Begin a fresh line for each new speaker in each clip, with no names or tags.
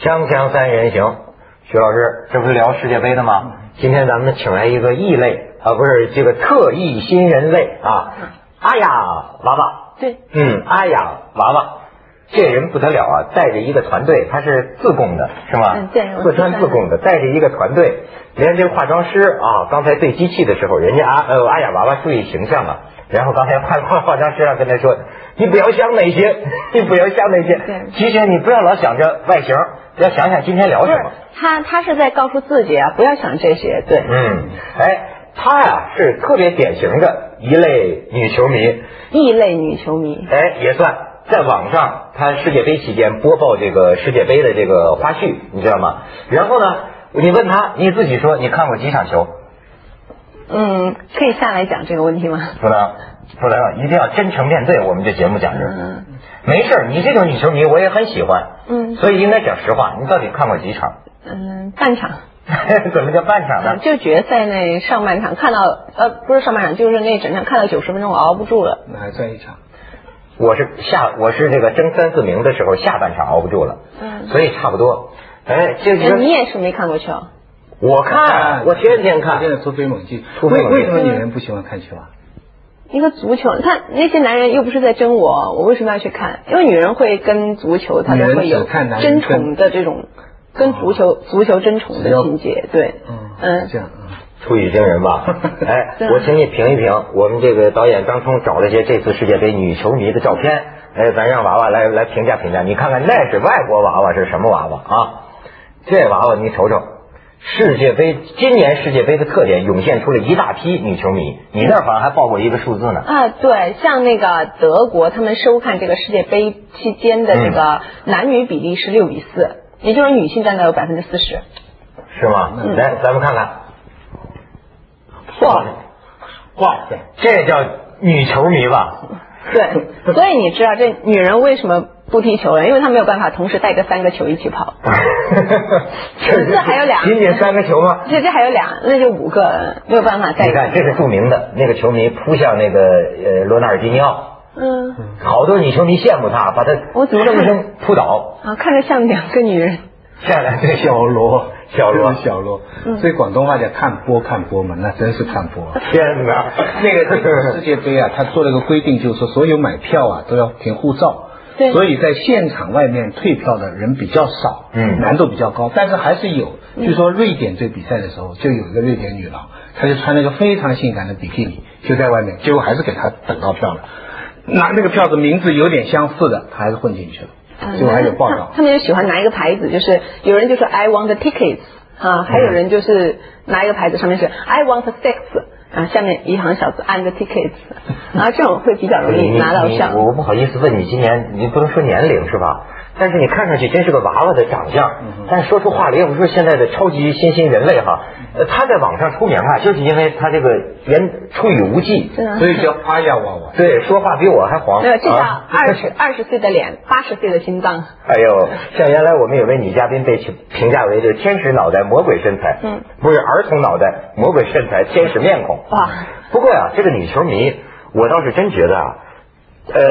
锵锵三人行，徐老师，这不是聊世界杯的吗？今天咱们请来一个异类啊，不是这个特异新人类啊，阿雅娃娃，
对，
嗯，阿雅娃娃，这人不得了啊，带着一个团队，他是自贡的，是吗？
嗯对我
四川
四川
自贡的，带着一个团队，连这个化妆师啊，刚才对机器的时候，人家阿呃阿雅娃娃注意形象了。然后刚才化化化妆师啊跟他说，你不要想那些， 你不要想那些
对，
其实你不要老想着外形，要想想今天聊
不
什
是
么。
他，他是在告诉自己啊，不要想这些。对，
嗯，哎，她呀、是特别典型的一类女球迷，
异类女球迷，
哎，也算。在网上，她世界杯期间播报这个世界杯的这个花絮，你知道吗？然后呢，你问她，你自己说你看过几场球？
嗯，可以下来讲这个问题吗？
不能，不能，一定要真诚面对。我们这节目讲是，
嗯
没事儿，你这种女球迷我也很喜欢，
嗯
所以应该讲实话。你到底看过几场？
嗯，半场，
怎么叫半场
啊
呢？
就决赛那上半场看到，呃，不是上半场，就是那整场看到九十分钟，我熬不住了。
那还算一场。
我是下，我是这个争三四名的时候，下半场熬不住了。
嗯，
所以差不多。哎，这
呃你
个
也是没看过球？
我看，啊我天天看
啊现。在突飞猛进。
突飞
为
猛进
为什么女人不喜欢看球啊？
一个足球，他那些男人又不是在争我，我为什么要去看？因为女人会跟足球，她都会
女人
有
只看男
争
人
宠的这种，跟足球、足球争宠的情节，对，嗯，
这样啊，
处女惊人吧？哎，
对
我请你评一评，我们这个导演张冲找了些这次世界杯女球迷的照片，哎，咱让娃娃来来评价评价，你看看那是外国娃娃是什么娃娃啊？这娃娃你瞅瞅，世界杯今年世界杯的特点涌现出了一大批女球迷，你那儿好像还报过一个数字呢。
啊，对，像那个德国，他们收看这个世界杯期间的这个男女比例是六比四，也就是女性占到有百分之四十。
是吗？来，咱们看看。
哇，
哇塞，这叫女球迷吧？
对，所以你知道这女人为什么不踢球了？因为她没有办法同时带个三个球一起跑。
这
这还有俩
仅仅三个球吗？
这这还有俩，那就五个，没有办法带
你看，
个。
这是著名的那个球迷扑向那个呃罗纳尔迪尼奥，
嗯，
好多女球迷羡慕他，把他
我怎么
生生扑倒
啊，看着像两个女人。
下来。对，
小罗，
小罗
真是小罗
嗯。
所以广东话叫看波看波嘛，那真是看波。
天哪， 那
世
个
界杯啊，他做了一个规定，就是说所有买票啊都要凭护照。
对
所以在现场外面退票的人比较少，
嗯
难度比较高，但是还是有。
嗯
据说瑞典队比赛的时候，就有一个瑞典女郎，她就穿了一个非常性感的比基尼，就在外面，结果还是给她等到票了。拿那个票子名字有点相似的，她还是混进去了，
嗯
结果还有报道
他。他们就喜欢拿一个牌子，就是有人就说 I want the tickets
嗯
啊，还有人就是拿一个牌子上面是 I want the sex 啊，下面一行小字 and the tickets 啊，这种会比较容
嗯
易拿到
你
票。
我不好意思问你今年，你不能说年龄是吧？但是你看上去真是个娃娃的长相，
嗯
但是说出话来，我们说现在的超级新兴人类哈，呃，他在网上出名啊，就是因为他这个言出语无忌，
真的
所以叫阿亚娃娃。
对，说话比我还黄。
没有，这叫
啊
二十二十岁的脸，八十岁的心脏。
哎呦，像原来我们有位女嘉宾被评评价为就是天使脑袋魔鬼身材，
嗯，
不是儿童脑袋魔鬼身材天使面孔。
哇，
不过呀、这个女球迷，我倒是真觉得啊，呃，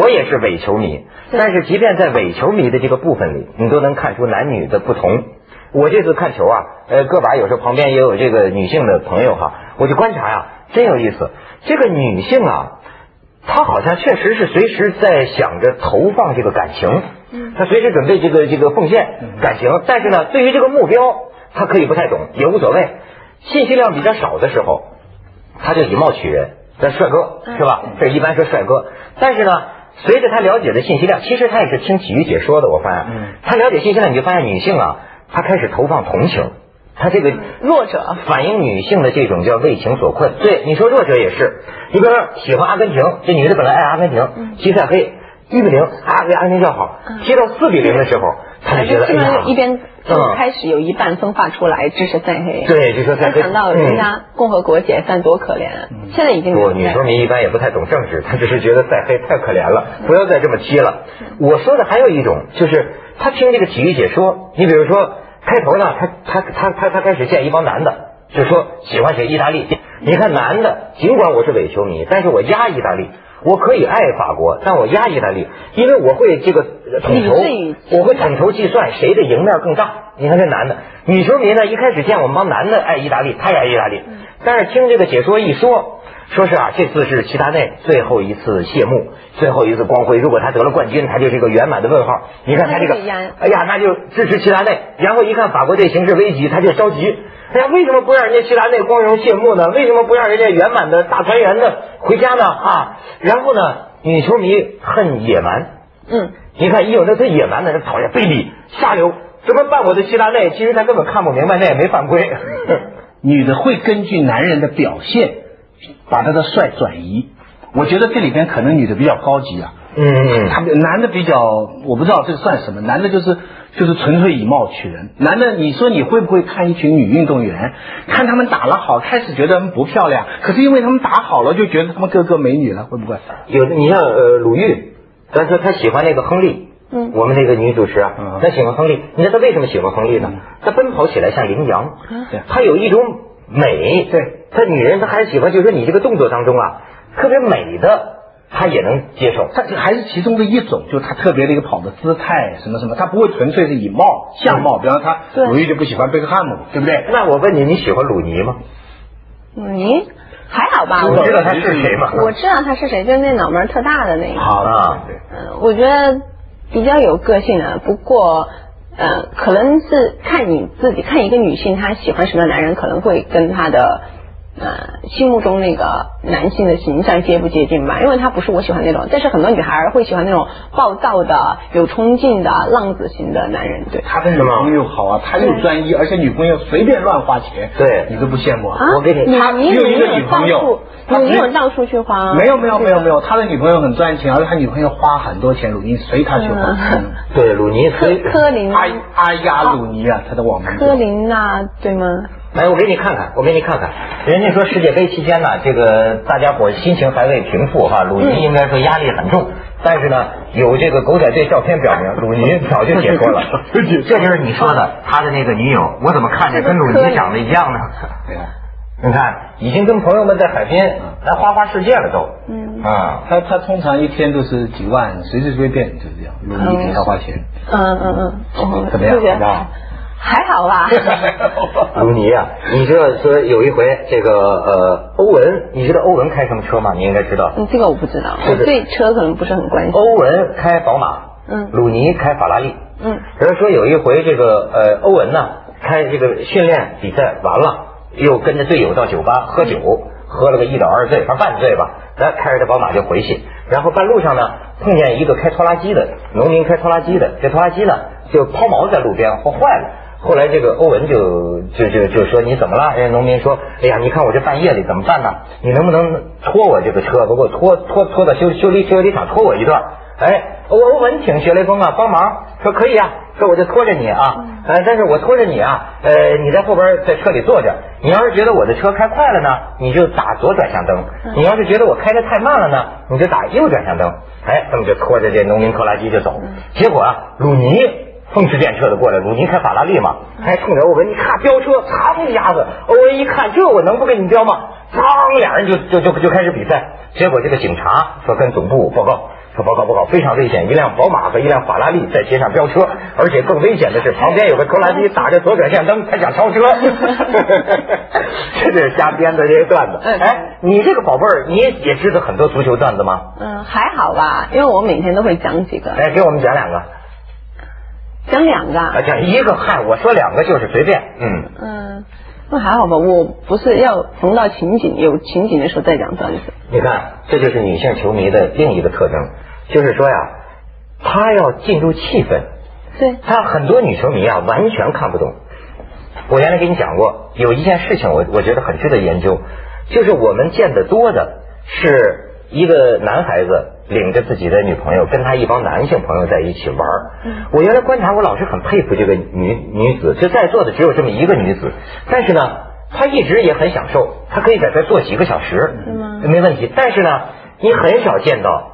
我也是伪球迷，
对
但是即便在伪球迷的这个部分里，你都能看出男女的不同。我这次看球啊，呃，个把有时候旁边也有这个女性的朋友哈，我就观察呀、真有意思。这个女性啊，她好像确实是随时在想着投放这个感情，她随时准备这个这个奉献感情，但是呢，对于这个目标，她可以不太懂，也无所谓。信息量比较少的时候，他就以貌取人，这帅哥
嗯
是吧？这一般说帅哥，但是呢，随着他了解的信息量，其实他也是听体育解说的，我发现，
嗯
他了解信息量，你就发现女性啊，她开始投放同情，她这个
嗯弱者
反映女性的这种叫为情所困。对，你说弱者也是，你比如说喜欢阿根廷，这女的本来爱阿根
嗯
廷，吉赛黑一比零，啊，给阿根廷叫好，踢到四比零的时候，她就觉得
基
哎
本
呀
上，一边就
嗯
开始有一半分化出来支持塞黑。
对就说塞嗯黑
想到人家共和国解散多可怜，啊
嗯
现在已经
不，女球迷一般也不太懂政治，她只是觉得赛黑太可怜了，不要再这么踢了。我说的还有一种，就是她听这个体育解说，你比如说开头呢，她她她她她开始见一帮男的，就说喜欢谁意大利。你看男的，尽管我是伪球迷，但是我压意大利，我可以爱法国，但我压抑他力，因为我会这个统筹
理智与，
我会统筹计算谁的赢面更大。你看这男的，女球迷呢一开始见我们帮男的爱意大利，他也爱意大利，
嗯
但是听这个解说一说。说是啊，这次是齐达内最后一次谢幕，最后一次光辉。如果他得了冠军，他就是一个圆满的问号。你看他这个
那就得压，
哎呀，那就支持齐达内。然后一看法国队形势危急，他就着急。哎呀，为什么不让人家齐达内光荣谢幕呢？为什么不让人家圆满的大团圆的回家呢？啊，然后呢，女球迷恨野蛮。
嗯，
你看，一有那最野蛮的人讨厌卑鄙、下流，怎么办我的齐达内？其实他根本看不明白，那也没犯规。
女的会根据男人的表现，把他的帅转移。我觉得这里边可能女的比较高级啊，
嗯
他们男的比较，我不知道这个算什么，男的就是就是纯粹以貌取人。男的，你说你会不会看一群女运动员，看她们打了好，开始觉得她们不漂亮，可是因为她们打好了，就觉得她们个个美女了，会不会？
有的，你像呃鲁豫，咱说他喜欢那个亨利，
嗯
我们那个女主持啊
嗯，
她喜欢亨利。你知道她为什么喜欢亨利呢？她奔跑起来像羚羊
嗯，
她有一种美。
对，
她女人她还是喜欢，就是说你这个动作当中啊，特别美的，她也能接受。
他还是其中的一种，就是他特别的一个跑的姿态，什么什么，他不会纯粹是以貌相貌，比方说他
对
鲁豫就不喜欢贝克汉姆，对不对？
那我问你，你喜欢鲁尼吗？
嗯你还好吧？
你
我
知道他是谁吗？
我知道他是谁，就是那脑门儿特大的那个。
好
啊
对对
嗯，我觉得比较有个性啊，不过。呃，可能是看你自己，看一个女性她喜欢什么男人，可能会跟她的呃心目中那个男性的形象接不接近吧。因为她不是我喜欢那种，但是很多女孩儿会喜欢那种暴躁的、有冲劲的、浪子型的男人。对，
他的女朋友好啊，他又专一，而且女朋友随便乱花钱，
对
你都不羡慕啊？
啊，
我给你
你
他
你
只有一个
有
女
到
朋友
处，
他
你
只有
有到处去花？啊
没有没有没有没有，他的女朋友很赚钱，而且他女朋友花很多钱，鲁尼随他去花。
嗯
嗯
对，鲁尼所
科
以
科林啊
阿阿亚鲁尼啊，他的网名。
科林娜对吗？
哎，我给你看看，我给你看看。人家说世界杯期间呢，这个大家伙心情还未平复哈，鲁尼应该说压力很重。但是呢，有这个狗仔队照片表明，鲁尼 早就解脱了。嗯这就是你说的他的那个女友，我怎么看着跟鲁尼长得一样呢？
对啊，
你看，已经跟朋友们在海边来花花世界了都。
嗯
啊，
他他通常一天都是几万，随随便便就这样，鲁尼给他花钱。
嗯嗯嗯，
怎么样
谢谢
好不哦好
还好 吧。
鲁尼啊，你知道说有一回这个呃欧文，你知道欧文开什么车吗？你应该知道。
嗯，这个我不知道，
就
我
是
对车可能不是很关心。
欧文开宝马，
嗯
鲁尼开法拉利。
嗯，
有人说有一回这个呃欧文呢开这个训练比赛完了，又跟着队友到酒吧喝酒，喝了个一倒二醉，反正半醉吧，然后开着他宝马就回去，然后半路上呢碰见一个开拖拉机的农民开拖拉机的，这拖拉机呢就抛锚在路边或坏了。后来这个欧文就就就就说你怎么了？人家农民说，哎呀，你看我这半夜里怎么办呢？你能不能拖我这个车？不给我拖拖拖到修修理修理厂拖我一段？哎，欧欧文请学雷锋啊帮忙，说可以啊，说我就拖着你啊，呃，但是我拖着你啊，呃，你在后边在车里坐着，你要是觉得我的车开快了呢，你就打左转向灯；你要是觉得我开的太慢了呢，你就打右转向灯。哎，他们就拖着这农民拖拉机就走，结果啊，鲁尼。风驰电掣的过来，鲁尼开法拉利嘛，哎还冲着欧文，你看飙车，嚓一下子，欧文一看这我能不跟你飙吗？当，俩人就就就就开始比赛，结果这个警察说跟总部报告。说报告报告，非常危险！一辆宝马和一辆法拉利在街上飙车，而且更危险的是，旁边有个拖拉机打着左转向灯，他想超车。这就是瞎编的这些段子。
嗯
哎，你这个宝贝儿，你也也知道很多足球段子吗？
嗯，还好吧，因为我每天都会讲几个，
哎，给我们讲两个。
讲两个
哎
啊，
啊。
讲一个，嗨，我说两个就是随便。嗯。
嗯，那还好吧，我不是要逢到情景有情景的时候再讲段子。
你看，这就是女性球迷的另一个特征，就是说呀，她要进入气氛。
对，
她很多女球迷啊，完全看不懂。我原来给你讲过，有一件事情我我觉得很值得研究，就是我们见得多的是一个男孩子领着自己的女朋友，跟他一帮男性朋友在一起玩儿。我原来观察，我老是很佩服这个女女子，就在座的只有这么一个女子，但是呢，她一直也很享受，她可以在这儿坐几个小时，没问题。但是呢，你很少见到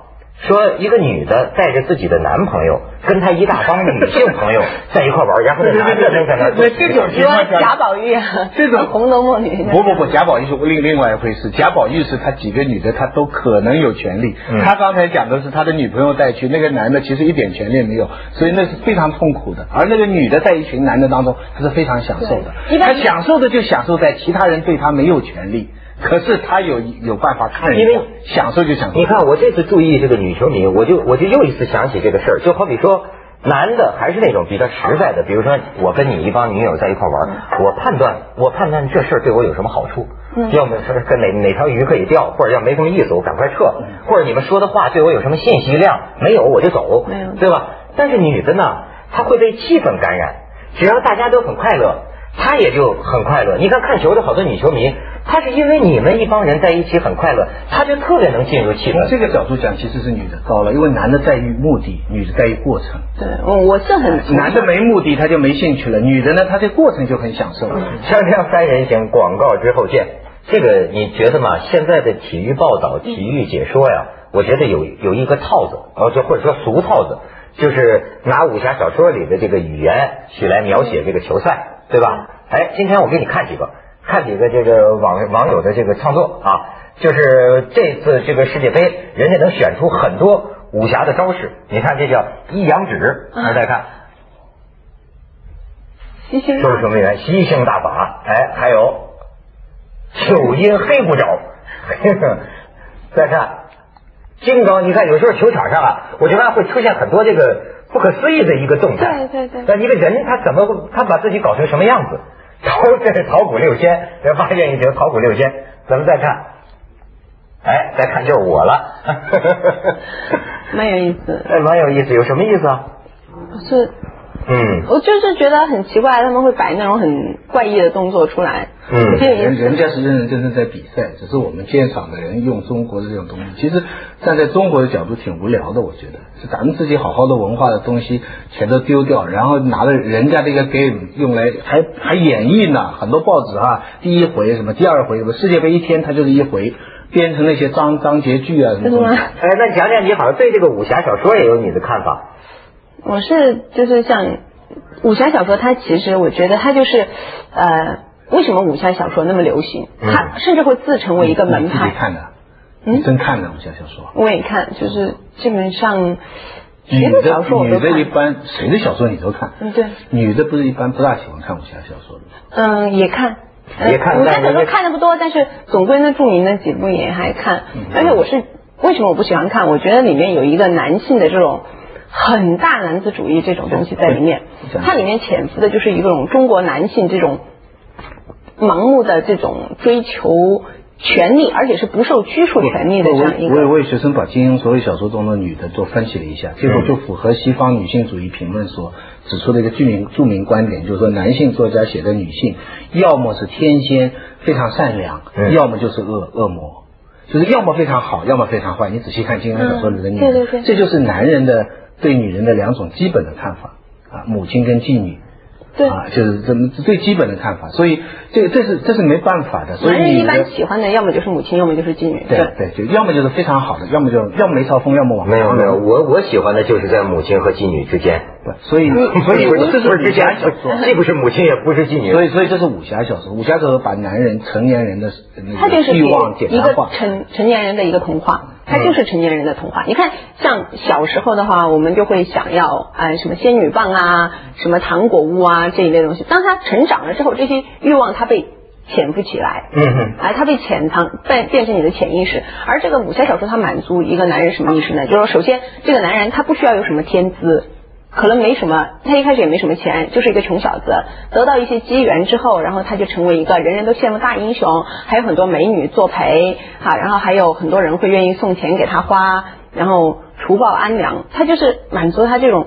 说一个女的带着自己的男朋友，跟她一大帮女性朋 友在一块玩，然后那男的正在那
对对对对对
比如说贾宝玉啊，
这种
红楼梦里面
不不不，贾宝玉是另另外一回事。贾宝玉是他几个女的，他都可能有权利。
嗯
他刚才讲的是他的女朋友带去，那个男的其实一点权利也没有，所以那是非常痛苦的。而那个女的在一群男的当中，她是非常享受的。
对一般
她享受的就享受在其他人对她没有权利，可是她有有办法看人家，
因为
享受就享受。
你看我这次注意这个女球迷，我就我就又一次想起这个事儿，就好比说。男的还是那种比较实在
嗯
的，比如说我跟你一帮女友在一块玩，我判断我判断这事儿对我有什么好处，
嗯
要么说跟哪哪条鱼可以钓，或者要没什么意思，我赶快撤，
嗯
或者你们说的话对我有什么信息量，没有我就走，
没有
对吧？但是女的呢，她会被气氛感染，只要大家都很快乐，她也就很快乐。你看看球的好多女球迷，她是因为你们一帮人在一起很快乐，她就特别能进入气
从这
氛。
个角度讲，其实是女的高了，因为男的在于目的，女的在于过程。
对，我我是很
男的没目的，他就没兴趣了；女的呢，她这过程就很享受。
锵锵三人行，广告之后见。这个你觉得嘛？现在的体育报道、体育解说呀，我觉得有有一个套子，哦，就或者说俗套子，就是拿武侠小说里的这个语言去来描写这个球赛，对吧？哎，今天我给你看几个，看几个这个网网友的这个创作啊，就是这次这个世界杯，人家能选出很多武侠的招式。你看这叫一阳指，大家看。
吸星
说是守门员吸星大法，哎，还有九阴黑不着。再看金刚，你看有时候球场上啊，我就发现会出现很多这个不可思议的一个动态。
对对对
但一个人他怎么会他把自己搞成什么样子？ 都这是考古六仙，人发现一条考古六仙。咱们再看，哎，再看就是我了。
蛮有意思，
哎，蛮有意思，有什么意思啊？
是
嗯
我就是觉得很奇怪，他们会摆那种很怪异的动作出来，
嗯
挺有意
人
思。
人家是认认真真在比赛，只是我们鉴赏的人用中国的这种东西，其实站在中国的角度挺无聊的，我觉得是咱们自己好好的文化的东西全都丢掉，然后拿了人家这个 game 用来还还演绎呢，很多报纸哈，第一回什么，第二回什么，世界杯一天它就是一回，编成那些章章节剧啊什么
真的
东
吗
西。？
哎，那讲讲你好像对这个武侠小说也有你的看法。
我是就是像武侠小说，它其实我觉得它就是呃，为什么武侠小说那么流行？
嗯
它甚至会自成为一个门
你自己
派。
看的，
嗯
你真看的武侠小说。
我也看，就是基本上
女
谁的小说我
女
都
的一
看，
般谁的小说你都看，
嗯对
女的不是一般不大喜欢看武侠小说的。
嗯，也看。
也看
呃武
但
侠
是
小说
人家
看的不多，但是总归那著名的几部也还看。
嗯
而且我是为什么我不喜欢看？我觉得里面有一个男性的这种很大男子主义这种东西在里面
对对，
它里面潜伏的就是一种中国男性这种盲目的这种追求权利，而且是不受拘束权利的这样一
我我也
个。
为学生把金庸所有小说中的女的做分析了一下，结
嗯
果就符合西方女性主义评论所指出的一个著名著名观点，就是说男性作家写的女性，要么是天仙非常善良，
嗯
要么就是恶恶魔，就是要么非常好，要么非常坏。你仔细看金庸小说里的女人，
嗯对对对
这就是男人的对女人的两种基本的看法啊，母亲跟妓女。
对
啊，就是这么最基本的看法，所以这个这是这是没办法的，所以
男人
你
一般
的
喜欢的要么就是母亲，要么就是妓女。
对对，就要么就是非常好的，要么就要么梅超风，要么王
没有没有，我我喜欢的就是在母亲和妓女之间，
对所以 所以
不是嗯不
这
是
是
之
武侠
间
小说，，
既不是母亲也不是妓
所
女。
以所以这是武侠小说，武侠小说把男人成年人的
它
那个
就是
欲望简
一
单
个
化。嗯
成成年人的一个童话，它就是成年人的童话。你看，像小时候的话，我们就会想要啊、呃什么仙女棒啊，什么糖果屋啊这一类东西。当他成长了之后，这些欲望它被潜伏起来，
嗯嗯，
哎，它被潜藏，变变成你的潜意识。而这个武侠小说，它满足一个男人什么意识呢？就是说，首先这个男人他不需要有什么天资。可能没什么，他一开始也没什么钱，就是一个穷小子。得到一些机缘之后，然后他就成为一个人人都羡慕大英雄，还有很多美女作陪，哈、然后还有很多人会愿意送钱给他花，然后除暴安良。他就是满足他这种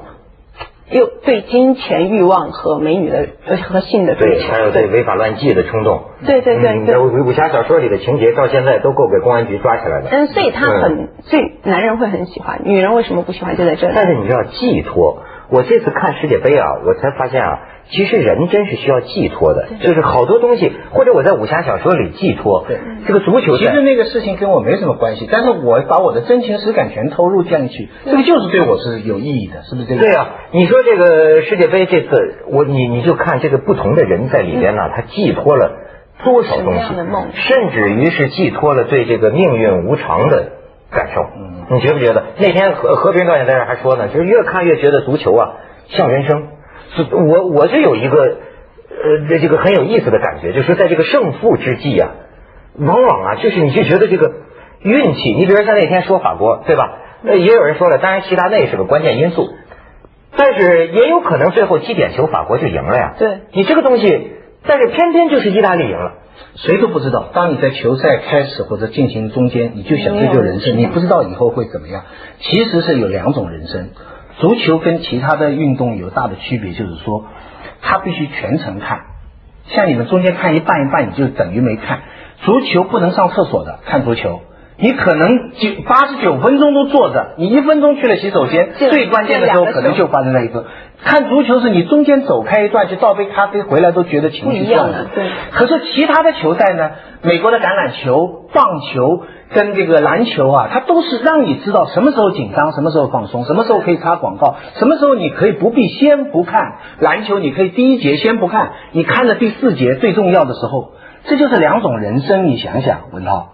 又对金钱欲望和美女的呃和性的追
对，还有
求。
对违法乱纪的冲动。
对对对
嗯
对
在。武武侠小说里的情节到现在都够给公安局抓起来的。
嗯，所以他很，所以男人会很喜欢，女人为什么不喜欢就在这
但
里。
是你知道寄托，我这次看世界杯啊，我才发现啊，其实人真是需要寄托的，就是好多东西，或者我在武侠小说里寄托
对，
这个足球
其
赛
实那个事情跟我没什么关系，但是我把我的真情实感全投入进去，这个就是对我是有意义的，是不是这个？
对啊，你说这个世界杯这次，我你你就看这个不同的人在里边呢、他寄托了多少东
嗯什么样的梦
西，甚至于是寄托了对这个命运无常的感受。
嗯
你觉不觉得？那天和和平导演在这儿还说呢，就是越看越觉得足球啊像人生。是我我就有一个呃这这个很有意思的感觉，就是在这个胜负之际啊，往往啊就是你就觉得这个运气，你比如像那天说法国对吧？呃，也有人说了，当然齐达内是个关键因素。但是也有可能最后踢点球法国就赢了呀。
对
你这个东西，但是偏偏就是意大利赢了。
谁都不知道。当你在球赛开始或者进行中间，你就想追求人生，你不知道以后会怎么样。其实是有两种人生，足球跟其他的运动有大的区别，就是说它必须全程看，像你们中间看一半一半，你就等于没看。足球不能上厕所的，看足球。你可能九八十九分钟都坐着，你一分钟去了洗手间，
进
最关键的时候
进两个
可能
球
就发生在一个。看足球是你中间走开一段去倒杯咖啡回来都觉得情
不
绪
一样
状
的
态。
对
可是其他的球赛呢，美国的橄榄球、棒球跟这个篮球啊，它都是让你知道什么时候紧张，什么时候放松，什么时候可以插广告，什么时候你可以不必先不看篮球，你可以第一节先不看，你看着第四节最重要的时候，这就是两种人生。你想想，文涛，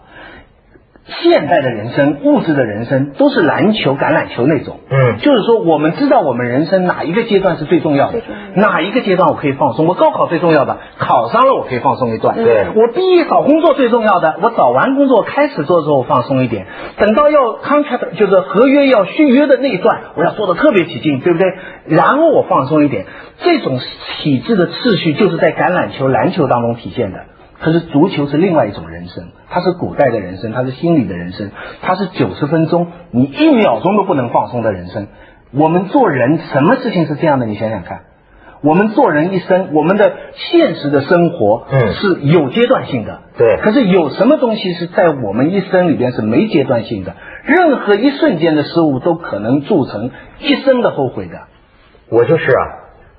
现代的人生、物质的人生都是篮球、橄榄球那种。
嗯
就是说我们知道我们人生哪一个阶段是最重要的
最重，
哪一个阶段我可以放松。我高考最重要的，考上了我可以放松一段。
对
我毕业找工作最重要的，我找完工作开始做的时候放松一点，等到要 contract 就是合约要续约的那一段，我要做的特别起劲，对不对？然后我放松一点，这种体制的秩序就是在橄榄球、篮球当中体现的。可是足球是另外一种人生，它是古代的人生，它是心理的人生，它是九十分钟你一秒钟都不能放松的人生。我们做人什么事情是这样的？你想想看，我们做人一生，我们的现实的生活
嗯
是有阶段性的。
对
可是有什么东西是在我们一生里边是没阶段性的？任何一瞬间的失误都可能铸成一生的后悔的。
我就是啊，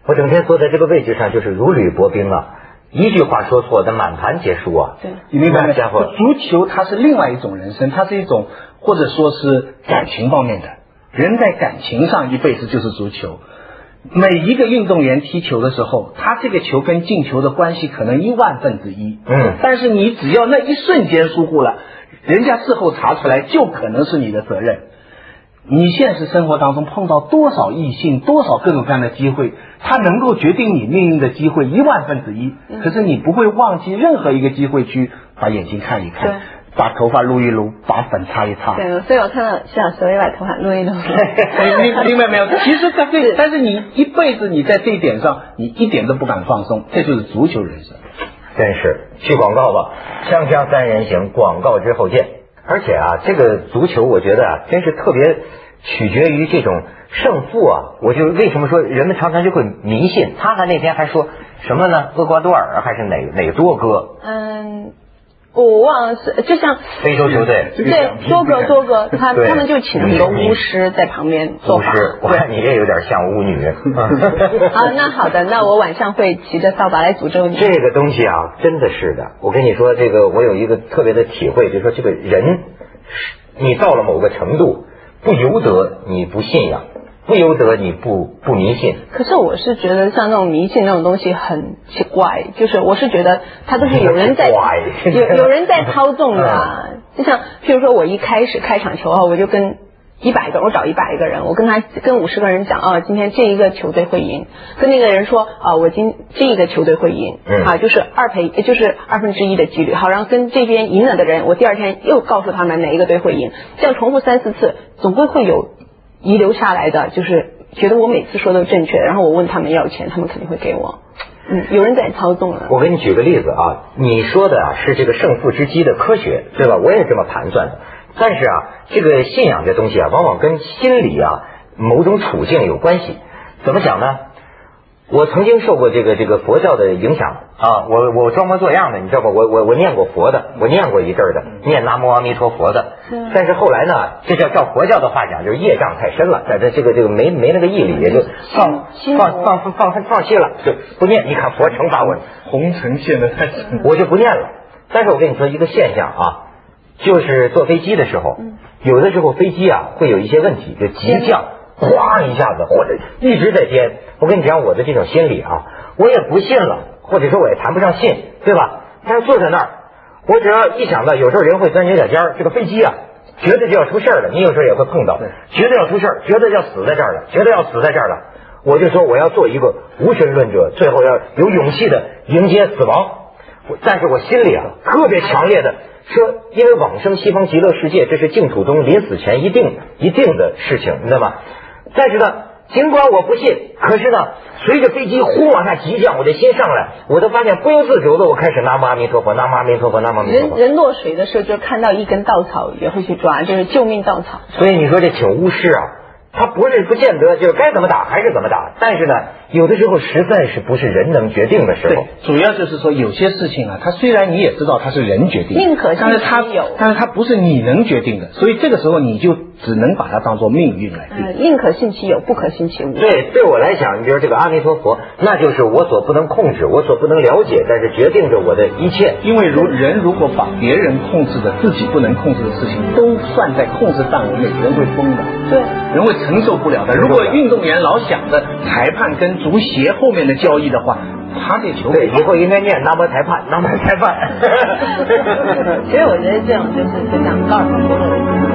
我整天坐在这个位置上，就是如履薄冰啊，一句话说错，那满盘皆输啊。
对
你明白
那
吗
家 伙？
足球它是另外一种人生，它是一种或者说是感情方面的。人在感情上一辈子就是足球。每一个运动员踢球的时候，他这个球跟进球的关系可能一万分之一。
嗯
但是你只要那一瞬间疏忽了，人家事后查出来就可能是你的责任。你现实生活当中碰到多少异性，多少各种各样的机会，它能够决定你命运的机会一万分之一。
嗯
可是你不会忘记任何一个机会去把眼睛看一
对
看，把头发撸一撸，把粉擦一擦。
对，所以我看到谢老师，我也把头发撸 一撸。
你哎明明 白没有？其实在这，但是你一辈子你在这一点上，你一点都不敢放松，这就是足球人生。
真是去广告吧，锵锵三人行，广告之后见。而且啊，这个足球我觉得啊，真是特别取决于这种胜负啊。我就为什么说人们常常就会迷信？他还那天还说什么呢？厄瓜多尔啊还是哪哪多哥
嗯，我忘了是，就像
非洲球队？
这个奖
对
品
多个多个，他
对
他们就请了很多巫师在旁边做
巫
法。
师，我看你这有点像巫 女。
啊，那好的，那我晚上会骑着扫把来诅咒你。
这个东西啊，真的是的。我跟你说，这个我有一个特别的体会，就是说这个人，你到了某个程度，不由得你不信仰，不由得你不不迷信。
可是我是觉得像那种迷信那种东西很奇怪，就是我是觉得它都是有人在
奇怪嗯
有有人在操纵 的啊、就像譬如说我一开始开场球啊，我就跟一百个我找一百个人，我跟他跟五十个人讲啊，今天这一个球队会赢，跟那个人说啊，我今这一个球队会赢、
嗯
啊，就是二赔就是二分之一的几率，好，然后跟这边赢了的人，我第二天又告诉他们哪一个队会赢，这样重复三四次，总归会有遗留下来的，就是觉得我每次说都正确，然后我问他们要钱，他们肯定会给我。嗯，有人在操纵了。
我给你举个例子啊，你说的啊是这个胜负之机的科学，对吧？我也这么盘算的。但是啊，这个信仰这东西啊，往往跟心理啊某种处境有关系。怎么讲呢？我曾经受过这个这个佛教的影响啊，我我装模作样的，你知道吧？我我我念过佛的，我念过一阵儿的，念南无阿弥陀佛的。
嗯
但是后来呢，这叫照佛教的话讲，就是业障太深了，在这这个这个没没那个毅力，也就放
心
放
无
放放放放弃了，就不念。你看佛惩罚我，
嗯
红尘现的太深。
我就不念了。但是我跟你说一个现象啊，就是坐飞机的时候，有的时候飞机啊会有一些问题，就急降，哗一下子或者一直在颠。我跟你讲我的这种心理啊，我也不信了，或者说我也谈不上信，对吧？但是坐在那儿，我只要一想到有时候人会钻牛角尖儿，这个飞机啊。觉得就要出事儿了，你有时候也会碰到
对，
觉得要出事儿，觉得要死在这儿了，觉得要死在这儿了，我就说我要做一个无神论者，最后要有勇气的迎接死亡。我但是我心里啊特别强烈的说，因为往生西方极乐世界，这是净土宗临死前一定一定的事情，你知道吗？但是呢，尽管我不信，可是呢，随着飞机忽往下急降，我的心上来，我都发现不由自主的，我开始南无阿弥陀佛，南无阿弥陀佛，南无阿弥陀
人
佛。
人落水的时候，就看到一根稻草也会去抓，就是救命稻草。
所以你说这请巫师啊，他不是不见得就是该怎么打还是怎么打，但是呢，有的时候实在是不是人能决定的时候
对。，主要就是说有些事情啊，它虽然你也知道它是人决定的，
宁可信
但是它
其有
但是它不是你能决定的，所以这个时候你就只能把它当做命运来定。
呃，宁可信其有，不可信其无。
对，对我来讲，你比如这个阿弥陀佛，那就是我所不能控制，我所不能了解，但是决定着我的一切。
因为如人如果把别人控制的、自己不能控制的事情都算在控制范围内，人会疯的。
对
人会承受不了的。如果运动员老想着裁判跟足协后面的交易的话，他这球
对，以后应该念南无裁 判，南无裁判。
所以我觉得这种就是就像高尔夫球的问题。